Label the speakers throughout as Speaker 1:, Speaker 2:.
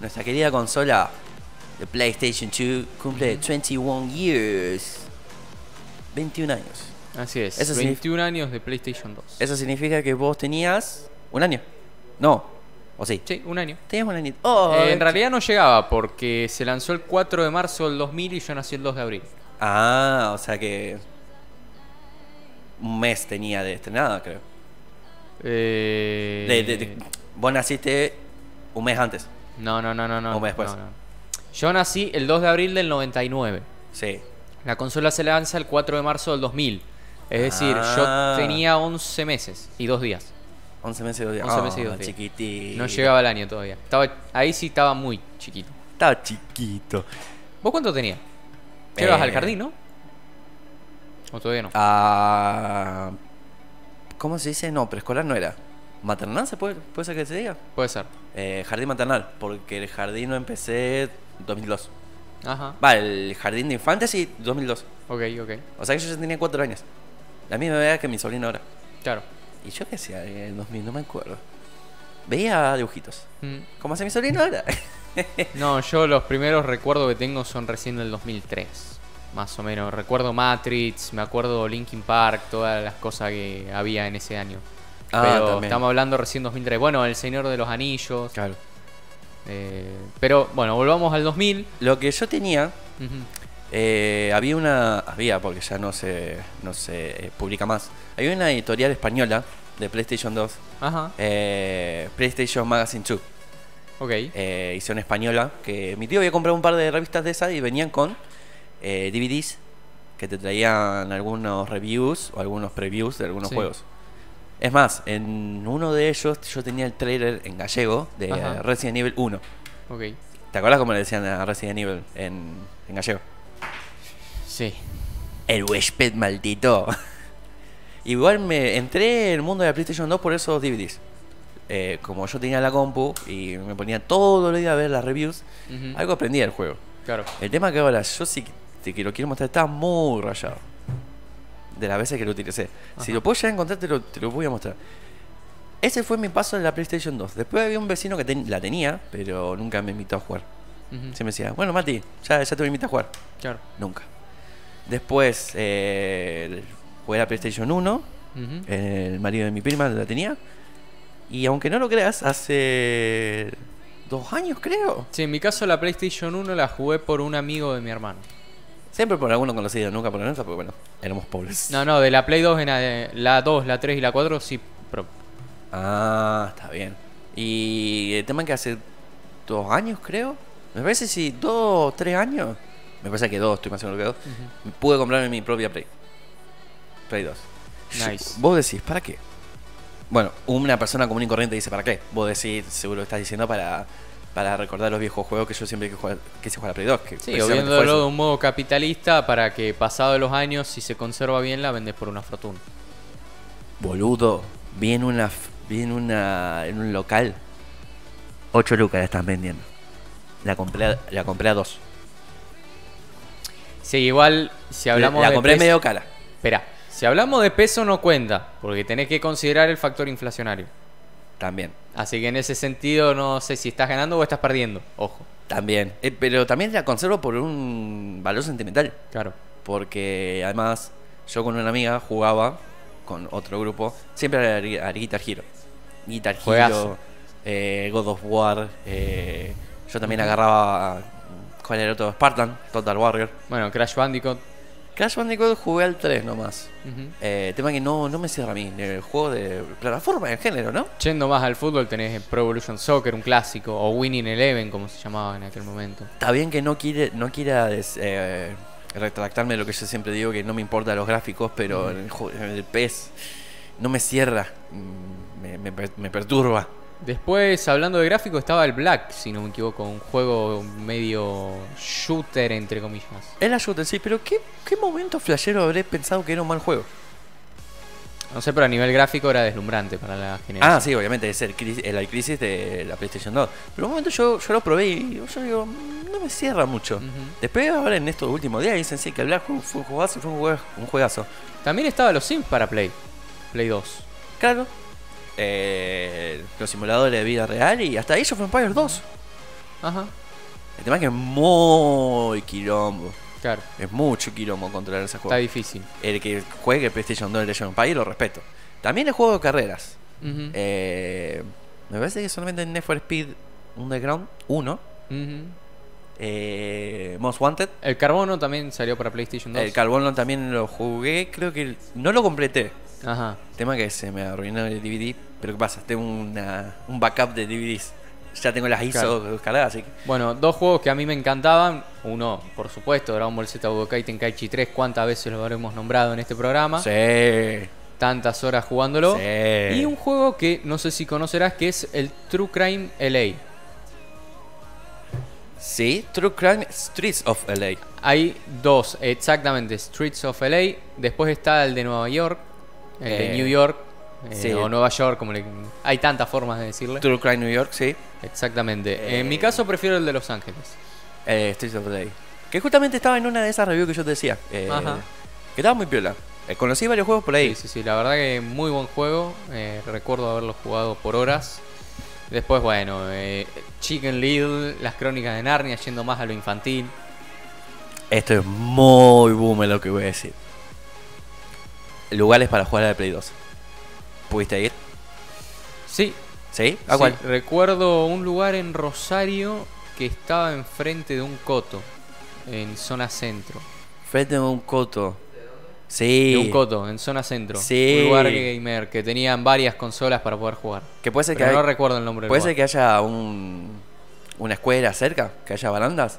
Speaker 1: Nuestra querida consola de PlayStation 2 cumple 21 years. 21 años.
Speaker 2: Así es.
Speaker 1: Eso significa-
Speaker 2: 21 años de PlayStation 2.
Speaker 1: Eso significa que vos tenías un año. No. ¿O sí?
Speaker 2: Sí, un año.
Speaker 1: Tenías un año. Oh,
Speaker 2: Eh, en realidad no llegaba porque se lanzó el 4 de marzo del 2000 y yo nací el 2 de abril.
Speaker 1: Ah, o sea que... Un mes tenía de estrenada, creo.
Speaker 2: Eh,
Speaker 1: De- de- de- vos naciste un mes antes.
Speaker 2: No, no, no, no. no,
Speaker 1: Un mes después.
Speaker 2: no, no. Yo nací el 2 de abril del 99.
Speaker 1: Sí.
Speaker 2: La consola se lanza el 4 de marzo del 2000. Es decir,
Speaker 1: Ah.
Speaker 2: yo tenía 11 meses y 2 días.
Speaker 1: 11 meses y dos días. Ah,
Speaker 2: 11 meses y dos días.
Speaker 1: chiquitito.
Speaker 2: No llegaba el año todavía. Estaba, ahí sí estaba muy chiquito.
Speaker 1: Estaba chiquito.
Speaker 2: ¿Vos cuánto tenías? Llevas
Speaker 1: Eh.
Speaker 2: al jardín, ¿no? ¿O todavía no?
Speaker 1: Ah, ¿Cómo se dice? No, preescolar no era. ¿Maternal se puede, puede ser que se diga?
Speaker 2: Puede ser.
Speaker 1: Eh, jardín maternal, porque el jardín no empecé 2002.
Speaker 2: Ajá.
Speaker 1: Va, el jardín de infantes sí, 2002.
Speaker 2: Ok, ok.
Speaker 1: O sea que yo ya tenía 4 años. La misma edad que mi sobrino ahora.
Speaker 2: Claro.
Speaker 1: ¿Y yo qué hacía en el 2000? No me acuerdo. Veía dibujitos.
Speaker 2: Mm.
Speaker 1: ¿Cómo hace mi sobrino ahora?
Speaker 2: No, yo los primeros recuerdos que tengo son recién del 2003. Más o menos. Recuerdo Matrix, me acuerdo Linkin Park, todas las cosas que había en ese año.
Speaker 1: Ah,
Speaker 2: pero
Speaker 1: también.
Speaker 2: estamos hablando recién 2003. Bueno, El Señor de los Anillos.
Speaker 1: claro.
Speaker 2: eh, pero bueno, volvamos al 2000.
Speaker 1: Lo que yo tenía
Speaker 2: Ujú.
Speaker 1: Eh, había una. Había, porque ya no se, no se eh, publica más. Había una editorial española de PlayStation 2,
Speaker 2: Ajá,
Speaker 1: eh, PlayStation Magazine 2,
Speaker 2: ok.
Speaker 1: eh, edición española, que mi tío había comprado un par de revistas de esas y venían con eh, DVDs que te traían algunos reviews o algunos previews de algunos
Speaker 2: Sí.
Speaker 1: juegos. Es más, en uno de ellos yo tenía el trailer en gallego de
Speaker 2: Ajá.
Speaker 1: Resident Evil 1.
Speaker 2: Ok.
Speaker 1: ¿Te acuerdas cómo le decían a Resident Evil en, en gallego?
Speaker 2: Sí.
Speaker 1: El huésped maldito. Igual me entré en el mundo de la PlayStation 2 por esos DVDs. Eh, como yo tenía la compu y me ponía todo el día a ver las reviews,
Speaker 2: Ujú.
Speaker 1: algo aprendí del juego.
Speaker 2: Claro.
Speaker 1: El tema que ahora yo sí que te que lo quiero mostrar está muy rayado. De las veces que lo utilicé. Si
Speaker 2: Ajá.
Speaker 1: lo puedo ya encontrar, te lo, te lo voy a mostrar. Ese fue mi paso de la PlayStation 2. Después había un vecino que ten- la tenía, pero nunca me invitó a jugar.
Speaker 2: Ujú.
Speaker 1: Se me decía, bueno, Mati, ya, ya te voy a invitar a jugar.
Speaker 2: Claro.
Speaker 1: Nunca. Después eh, jugué la PlayStation 1.
Speaker 2: Ujú.
Speaker 1: El marido de mi prima la tenía. Y aunque no lo creas, hace dos años creo.
Speaker 2: Sí, en mi caso la PlayStation 1 la jugué por un amigo de mi hermano.
Speaker 1: Siempre por alguno conocido, nunca por nosotros, porque bueno, éramos pobres.
Speaker 2: No, no, de la Play 2 en ade- la 2, la 3 y la 4 sí, pero
Speaker 1: Ah, está bien. Y el tema es que hace dos años creo. Me parece si dos, tres años. Me parece que dos, estoy más seguro que dos. Pude comprarme mi propia Play. Play 2.
Speaker 2: Nice.
Speaker 1: Vos decís, ¿para qué? Bueno, una persona común y corriente dice, ¿para qué? Vos decís, seguro que estás diciendo para, para recordar los viejos juegos que yo siempre que jugar, que se juega la Play 2. Que
Speaker 2: Sí, o
Speaker 1: precisamente fue
Speaker 2: viéndolo de
Speaker 1: eso.
Speaker 2: un modo capitalista para que pasado los años, si se conserva bien, la vendes por una fortuna.
Speaker 1: Boludo, vi en una, f- vi en una, en un local. 8 lucas la están vendiendo. La compré, a- la compré a 2.
Speaker 2: Sí, igual, si hablamos
Speaker 1: la
Speaker 2: de
Speaker 1: compré
Speaker 2: peso-
Speaker 1: medio cara.
Speaker 2: Esperá, si hablamos de peso no cuenta, porque tenés que considerar el factor inflacionario.
Speaker 1: También,
Speaker 2: Así que en ese sentido no sé si estás ganando o estás perdiendo. Ojo,
Speaker 1: también. Eh, pero también la conservo por un valor sentimental.
Speaker 2: claro.
Speaker 1: Porque además yo con una amiga jugaba con otro grupo, siempre al, Gui- al Guitar Hero. Guitar Hero,
Speaker 2: Juegazo.
Speaker 1: eh, God of War, eh, yo también agarraba, ¿cuál era el otro? Spartan, Total Warrior.
Speaker 2: Bueno, Crash Bandicoot.
Speaker 1: Crash Bandicoot jugué al 3 nomás.
Speaker 2: Ujú.
Speaker 1: Eh, tema que no, no me cierra a mí, el juego de plataforma en género, ¿no?
Speaker 2: Yendo más al fútbol, tenés Pro Evolution Soccer, un clásico, o Winning Eleven, como se llamaba en aquel momento.
Speaker 1: Está bien que no quiere, no quiera des- eh, retractarme de lo que yo siempre digo, que no me importan los gráficos, pero en el, ju- en el PES no me cierra, mm, me, me per- me perturba.
Speaker 2: Después, hablando de gráfico, estaba el Black, si no me equivoco, un juego medio shooter, entre comillas.
Speaker 1: El shooter, sí, pero ¿qué, qué momento flashero habré pensado que era un mal juego?
Speaker 2: No sé, pero a nivel gráfico era deslumbrante para la
Speaker 1: Ah,
Speaker 2: generación.
Speaker 1: sí, obviamente, es el, cris- el crisis de la PlayStation 2. Pero en un momento yo, yo lo probé y yo digo, "Mm, no me cierra mucho.
Speaker 2: Ujú.
Speaker 1: Después, ahora en estos últimos días, dicen sí, que el Black fue, fue un juegazo, fue un jue- un juegazo.
Speaker 2: También estaba los Sims para Play. Play 2.
Speaker 1: Claro. Eh, los simuladores de vida real y hasta Age of Empires 2.
Speaker 2: Ajá,
Speaker 1: El tema es que es muy quilombo.
Speaker 2: claro.
Speaker 1: Es mucho quilombo controlar ese
Speaker 2: Está
Speaker 1: juego.
Speaker 2: difícil.
Speaker 1: El que juegue PlayStation 2 en Legend of Empire lo respeto. También el juego de carreras.
Speaker 2: Ujú,
Speaker 1: Eh, me parece que solamente en Need for Speed Underground 1,
Speaker 2: ujú.
Speaker 1: eh, Most Wanted.
Speaker 2: El carbono también salió para PlayStation 2.
Speaker 1: El Carbon Lawn también lo jugué, creo que el- no lo completé.
Speaker 2: Ajá.
Speaker 1: Tema que se me arruinó el DVD, pero ¿qué pasa? Tengo una, un backup de DVDs. Ya tengo las ISO descargadas, así que
Speaker 2: Bueno, dos juegos que a mí me encantaban. Uno, por supuesto, Dragon Ball Z Budokai Tenkaichi 3. ¿Cuántas veces lo habremos nombrado en este programa?
Speaker 1: Sí.
Speaker 2: Tantas horas jugándolo.
Speaker 1: Sí.
Speaker 2: Y un juego que no sé si conocerás, que es el True Crime LA.
Speaker 1: Sí, True Crime Streets of LA.
Speaker 2: Hay dos, exactamente, Streets of LA. Después está el de Nueva York, el de
Speaker 1: Eh,
Speaker 2: New York, eh,
Speaker 1: sí.
Speaker 2: o Nueva York, como le... Hay tantas formas de decirle.
Speaker 1: True Crime New York, sí.
Speaker 2: Exactamente. en
Speaker 1: Eh.
Speaker 2: mi caso prefiero el de Los Ángeles.
Speaker 1: Eh, Streets of LA. Que justamente estaba en una de esas reviews que yo te decía. eh,
Speaker 2: Ajá.
Speaker 1: Que estaba muy piola. Eh, conocí varios juegos por ahí.
Speaker 2: Sí, sí, sí, la verdad que muy buen juego. eh, recuerdo haberlo jugado por horas. Después, bueno, eh, Chicken Little, las crónicas de Narnia, yendo más a lo infantil.
Speaker 1: Esto es muy boomer lo que voy a decir. Lugares para jugar a la Play 2. ¿Pudiste ir?
Speaker 2: Sí,
Speaker 1: ¿Sí? ¿A
Speaker 2: sí,
Speaker 1: Ah, cuál?
Speaker 2: recuerdo un lugar en Rosario que estaba enfrente de un coto, en zona centro.
Speaker 1: Frente a un coto. Sí.
Speaker 2: De un coto, en zona centro.
Speaker 1: Sí.
Speaker 2: Un lugar gamer que tenían varias consolas para poder jugar.
Speaker 1: Que puede ser
Speaker 2: Pero
Speaker 1: que,
Speaker 2: no
Speaker 1: hay-
Speaker 2: recuerdo el nombre del
Speaker 1: puede ser
Speaker 2: lugar.
Speaker 1: que haya un, una escuela cerca, que haya barandas.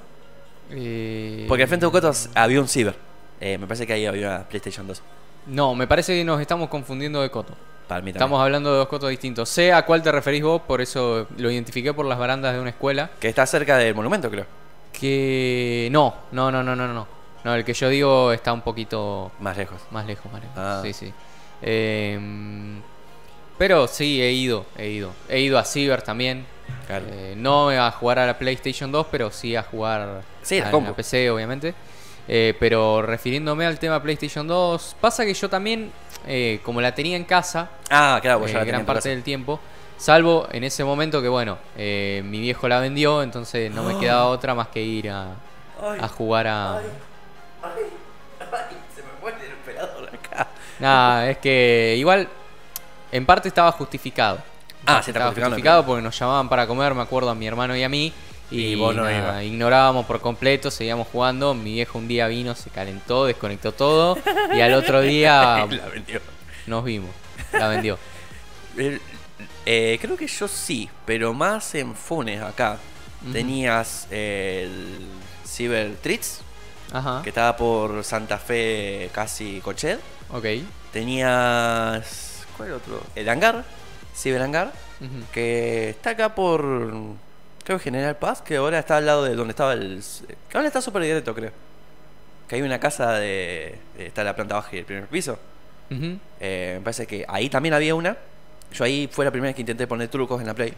Speaker 2: Eh,
Speaker 1: Porque al frente de Cotos había un ciber. Eh, me parece que ahí había una PlayStation 2.
Speaker 2: No, me parece que nos estamos confundiendo de coto.
Speaker 1: Para mí también.
Speaker 2: Estamos hablando de dos cotos distintos. Sé a cuál te referís vos, por eso lo identifiqué por las barandas de una escuela.
Speaker 1: Que está cerca del monumento, creo.
Speaker 2: Que no, no, no, no, no, no. No, el que yo digo está un poquito
Speaker 1: Más lejos.
Speaker 2: más lejos, más lejos.
Speaker 1: Ah.
Speaker 2: Sí, sí. Em, pero sí, he ido, he ido. He ido a Cyber también.
Speaker 1: Claro.
Speaker 2: Eh, no a jugar a la PlayStation 2, pero sí a jugar
Speaker 1: Sí, la
Speaker 2: a
Speaker 1: compu.
Speaker 2: la PC, obviamente. Eh, pero refiriéndome al tema PlayStation 2, pasa que yo también, eh, como la tenía en casa,
Speaker 1: Ah, claro, pues
Speaker 2: eh,
Speaker 1: ya la tenía
Speaker 2: gran
Speaker 1: en tu
Speaker 2: parte
Speaker 1: casa.
Speaker 2: del tiempo. Salvo en ese momento que, bueno, eh, mi viejo la vendió, entonces no me quedaba otra más que ir a, a jugar a...
Speaker 1: Se me muere el operador acá.
Speaker 2: Nada, es que igual en parte estaba justificado.
Speaker 1: Ah, se está
Speaker 2: Estaba
Speaker 1: justificando.
Speaker 2: justificado porque nos llamaban para comer, me acuerdo, a mi hermano y a mí. Y,
Speaker 1: Y vos no
Speaker 2: nada,
Speaker 1: ibas.
Speaker 2: ignorábamos por completo, seguíamos jugando. Mi viejo un día vino, se calentó, desconectó todo. Y al otro día
Speaker 1: La vendió.
Speaker 2: nos vimos. La vendió.
Speaker 1: El- eh, creo que yo sí, pero más en Funes acá.
Speaker 2: Ujú.
Speaker 1: Tenías el Cyber Treats,
Speaker 2: Ajá.
Speaker 1: que estaba por Santa Fe casi Cochet.
Speaker 2: Ok.
Speaker 1: Tenías. ¿Cuál otro? El hangar, Cyber Hangar,
Speaker 2: Ujú.
Speaker 1: que está acá por. Creo que General Paz, que ahora está al lado de donde estaba el. Que ahora está súper directo, creo. Que hay una casa de. Está la planta baja y el primer piso.
Speaker 2: Ujú.
Speaker 1: Eh, me parece que ahí también había una. Yo ahí fue la primera vez que intenté poner trucos en la Play.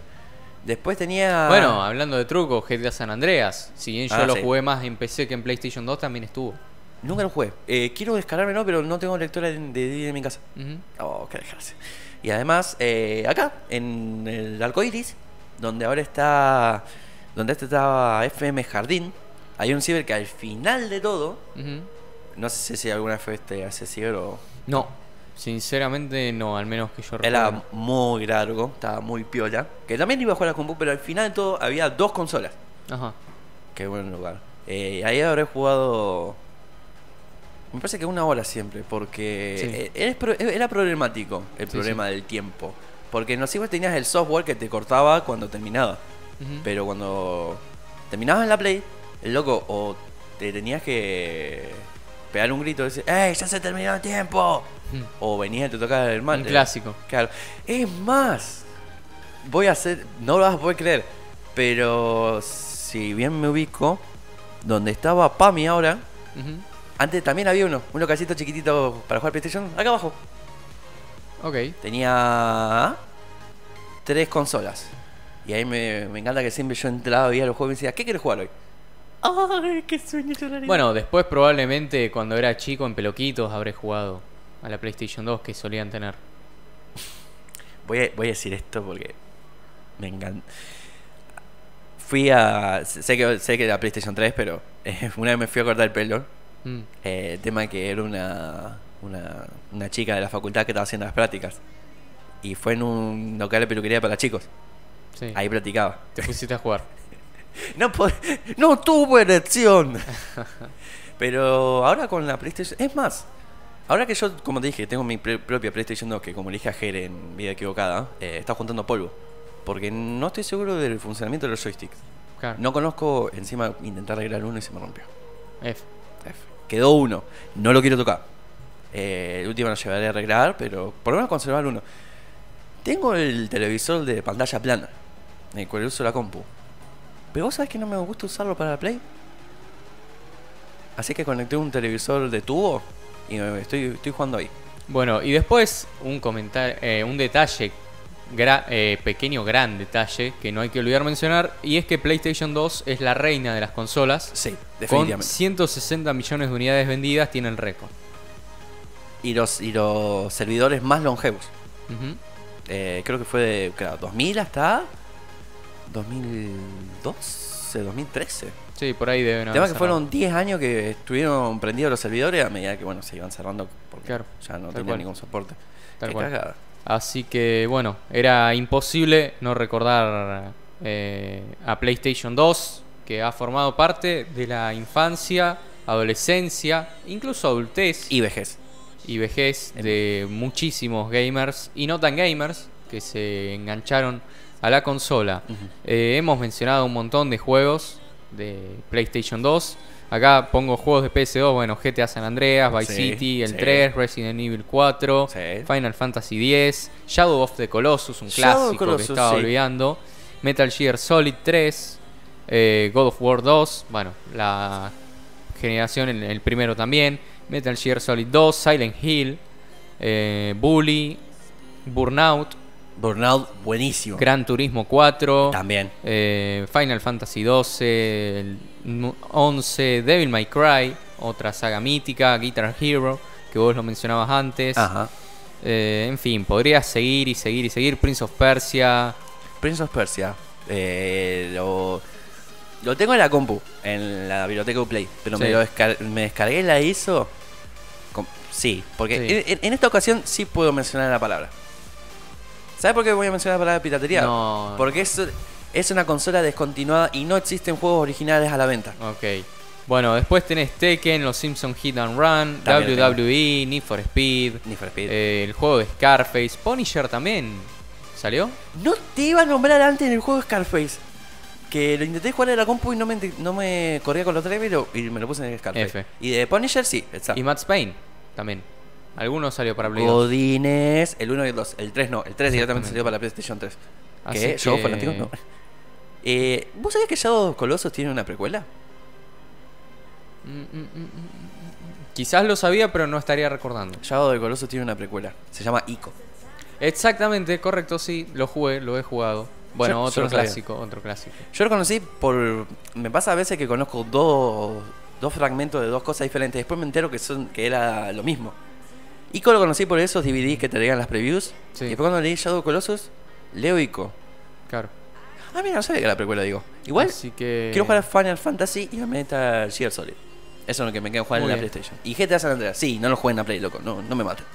Speaker 1: Después tenía.
Speaker 2: Bueno, hablando de trucos, GTA San Andreas. Si bien yo
Speaker 1: Ah,
Speaker 2: lo
Speaker 1: sí.
Speaker 2: jugué más en PC que en PlayStation 2, también estuvo.
Speaker 1: Nunca lo jugué. Eh, quiero descargármelo, pero no tengo lectora de de DVD en mi casa.
Speaker 2: Ujú.
Speaker 1: Oh, qué desgracia. Y además, eh, acá, en el arco iris, donde ahora está. Donde este estaba FM Jardín, hay un ciber que al final de todo.
Speaker 2: Ujú.
Speaker 1: No sé si alguna vez fuiste a ese ciber o.
Speaker 2: No, sinceramente no, al menos que yo recuerdo.
Speaker 1: Era muy largo, estaba muy piola. Que también iba a jugar a la compu, pero al final de todo había dos consolas.
Speaker 2: Ajá.
Speaker 1: Qué buen lugar. Eh, ahí habré jugado. Me parece que una hora siempre, porque e- eres pro- e- era problemático el
Speaker 2: Sí,
Speaker 1: problema del tiempo. Porque en los cibers tenías el software que te cortaba cuando terminaba.
Speaker 2: Ujú.
Speaker 1: Pero cuando terminabas en la play, el loco, o te tenías que pegar un grito y decir, ¡Ey, ya se terminó el tiempo!
Speaker 2: Mm.
Speaker 1: O venía y te tocaba el mal. eh.
Speaker 2: Un clásico.
Speaker 1: Claro. Es más, voy a hacer, no lo vas a poder creer, pero si bien me ubico, donde estaba Pami ahora,
Speaker 2: Ujú.
Speaker 1: antes también había uno, un localcito chiquitito para jugar PlayStation, acá abajo.
Speaker 2: Ok.
Speaker 1: Tenía tres consolas. Y ahí me, me encanta que siempre yo entraba, veía los juegos y decía, ¿qué quieres jugar hoy? ¡Ay, qué sueño llorar!
Speaker 2: Bueno, después probablemente cuando era chico en peloquitos habré jugado a la PlayStation 2 que solían tener.
Speaker 1: Voy a, voy a decir esto porque me encanta. fui a. Sé que, sé que era PlayStation 3, pero eh, una vez me fui a cortar el pelo.
Speaker 2: Mm.
Speaker 1: Eh, tema que era una, una, una chica de la facultad que estaba haciendo las prácticas. Y fue en un local de peluquería para chicos.
Speaker 2: Sí.
Speaker 1: Ahí practicaba.
Speaker 2: Te pusiste a jugar.
Speaker 1: No, po- no tuvo erección. Pero ahora con la PlayStation. Es más, ahora que yo, como te dije, tengo mi pre- propia PlayStation 2, que como le dije a Jere en vida equivocada, eh, está juntando polvo. Porque no estoy seguro del funcionamiento de los joysticks.
Speaker 2: Claro.
Speaker 1: No conozco, encima intenté arreglar uno y se me rompió.
Speaker 2: F.
Speaker 1: F. Quedó uno, no lo quiero tocar. Eh, el último lo llevaré a arreglar, pero por lo menos conservar uno. Tengo el televisor de pantalla plana, en el cual uso la compu. Pero vos sabés que no me gusta usarlo para la Play. Así que conecté un televisor de tubo y me- estoy, estoy jugando ahí.
Speaker 2: Bueno, y después un comentario, eh, un detalle, gra- eh, pequeño gran detalle que no hay que olvidar mencionar, y es que PlayStation 2 es la reina de las consolas.
Speaker 1: Sí,
Speaker 2: Con
Speaker 1: definitivamente.
Speaker 2: 160 millones de unidades vendidas tiene el récord.
Speaker 1: Y los, y los servidores más longevos.
Speaker 2: Ujú.
Speaker 1: Eh, creo que fue de claro, 2000 hasta 2012, 2013.
Speaker 2: Sí, por ahí deben
Speaker 1: El
Speaker 2: haber
Speaker 1: tema es que
Speaker 2: cerrado.
Speaker 1: fueron 10 años que estuvieron prendidos los servidores a medida que bueno se iban cerrando porque
Speaker 2: Claro,
Speaker 1: ya no
Speaker 2: tal
Speaker 1: tenían
Speaker 2: cual.
Speaker 1: ningún soporte.
Speaker 2: Tal
Speaker 1: Qué
Speaker 2: cual.
Speaker 1: cagada.
Speaker 2: Así que bueno, era imposible no recordar eh, a PlayStation 2, que ha formado parte de la infancia, adolescencia, incluso adultez y,
Speaker 1: Y vejez.
Speaker 2: vejez
Speaker 1: Em.
Speaker 2: de muchísimos gamers y no tan gamers que se engancharon a la consola. Eh, hemos mencionado un montón de juegos de PlayStation 2. Acá pongo juegos de PS2, bueno, GTA San Andreas, Vice
Speaker 1: Sí,
Speaker 2: City, el
Speaker 1: sí.
Speaker 2: 3, Resident Evil 4,
Speaker 1: Sí.
Speaker 2: Final Fantasy X, Shadow of the Colossus, un
Speaker 1: Shadow of the
Speaker 2: clásico
Speaker 1: Colossus,
Speaker 2: que estaba
Speaker 1: sí.
Speaker 2: olvidando, Metal Gear Solid 3, eh, God of War 2, bueno, la generación, el, el primero también, Metal Gear Solid 2, Silent Hill, eh, Bully, Burnout,
Speaker 1: Burnout buenísimo.
Speaker 2: Gran Turismo 4,
Speaker 1: También.
Speaker 2: eh, Final Fantasy 12, el nu- 11, Devil May Cry, otra saga mítica, Guitar Hero, que vos lo mencionabas antes.
Speaker 1: Ajá.
Speaker 2: Eh, en fin, podría seguir y seguir y seguir. Prince of Persia.
Speaker 1: Prince of Persia. Eh, lo, lo tengo en la compu, en la biblioteca Play, pero me,
Speaker 2: Sí.
Speaker 1: lo descar- me descargué la ISO. com- sí, porque
Speaker 2: Sí.
Speaker 1: En, en- en esta ocasión sí puedo mencionar la palabra. ¿Sabes por qué voy a mencionar la palabra piratería?
Speaker 2: No.
Speaker 1: Porque es, es una consola descontinuada y no existen juegos originales a la venta.
Speaker 2: Ok. Bueno, después tenés Tekken, Los Simpsons Hit and Run,
Speaker 1: También lo
Speaker 2: WWE, Need for Speed,
Speaker 1: Ni for Speed.
Speaker 2: eh, el juego de Scarface, Punisher también. ¿Salió?
Speaker 1: No te iba a nombrar antes en el juego Scarface. Que lo intenté jugar en la compu y no me, ent- no me corría con los drivers y me lo puse en el Scarface.
Speaker 2: F.
Speaker 1: Y de Punisher sí, está.
Speaker 2: Y Matt Spain también. Algunos salió para Play 2.
Speaker 1: Godines, el 1 y el 2, el 3 no, el 3 directamente salió para la PlayStation 3.
Speaker 2: Así
Speaker 1: Que yo,
Speaker 2: que-
Speaker 1: fanático, no. Eh, ¿Vos sabías que Shadow of the Colossus tiene una precuela?
Speaker 2: Mm, mm, mm, mm, mm. Quizás lo sabía, pero no estaría recordando.
Speaker 1: Shadow of the Colossus tiene una precuela, se llama Ico.
Speaker 2: Exactamente, correcto, sí. Lo jugué, lo he jugado. Bueno,
Speaker 1: Yo- yo
Speaker 2: otro
Speaker 1: lo sabía.
Speaker 2: clásico, otro clásico.
Speaker 1: Yo lo conocí por. Me pasa a veces que conozco dos, dos fragmentos de dos cosas diferentes. Después me entero que, son, que era lo mismo. Ico lo conocí por esos DVDs que traían las previews.
Speaker 2: Sí.
Speaker 1: Y después cuando leí Shadow of the Colossus, leo Ico.
Speaker 2: Claro.
Speaker 1: Ah, mira, no sabía que era la precuela, digo. Igual,
Speaker 2: Así que.
Speaker 1: quiero jugar a Final Fantasy y a Metal Gear Solid. Eso es lo que me queda jugar
Speaker 2: Muy
Speaker 1: en la
Speaker 2: bien.
Speaker 1: PlayStation. Y GTA San Andreas, sí, no lo jueguen a Play, loco. No, no me maten.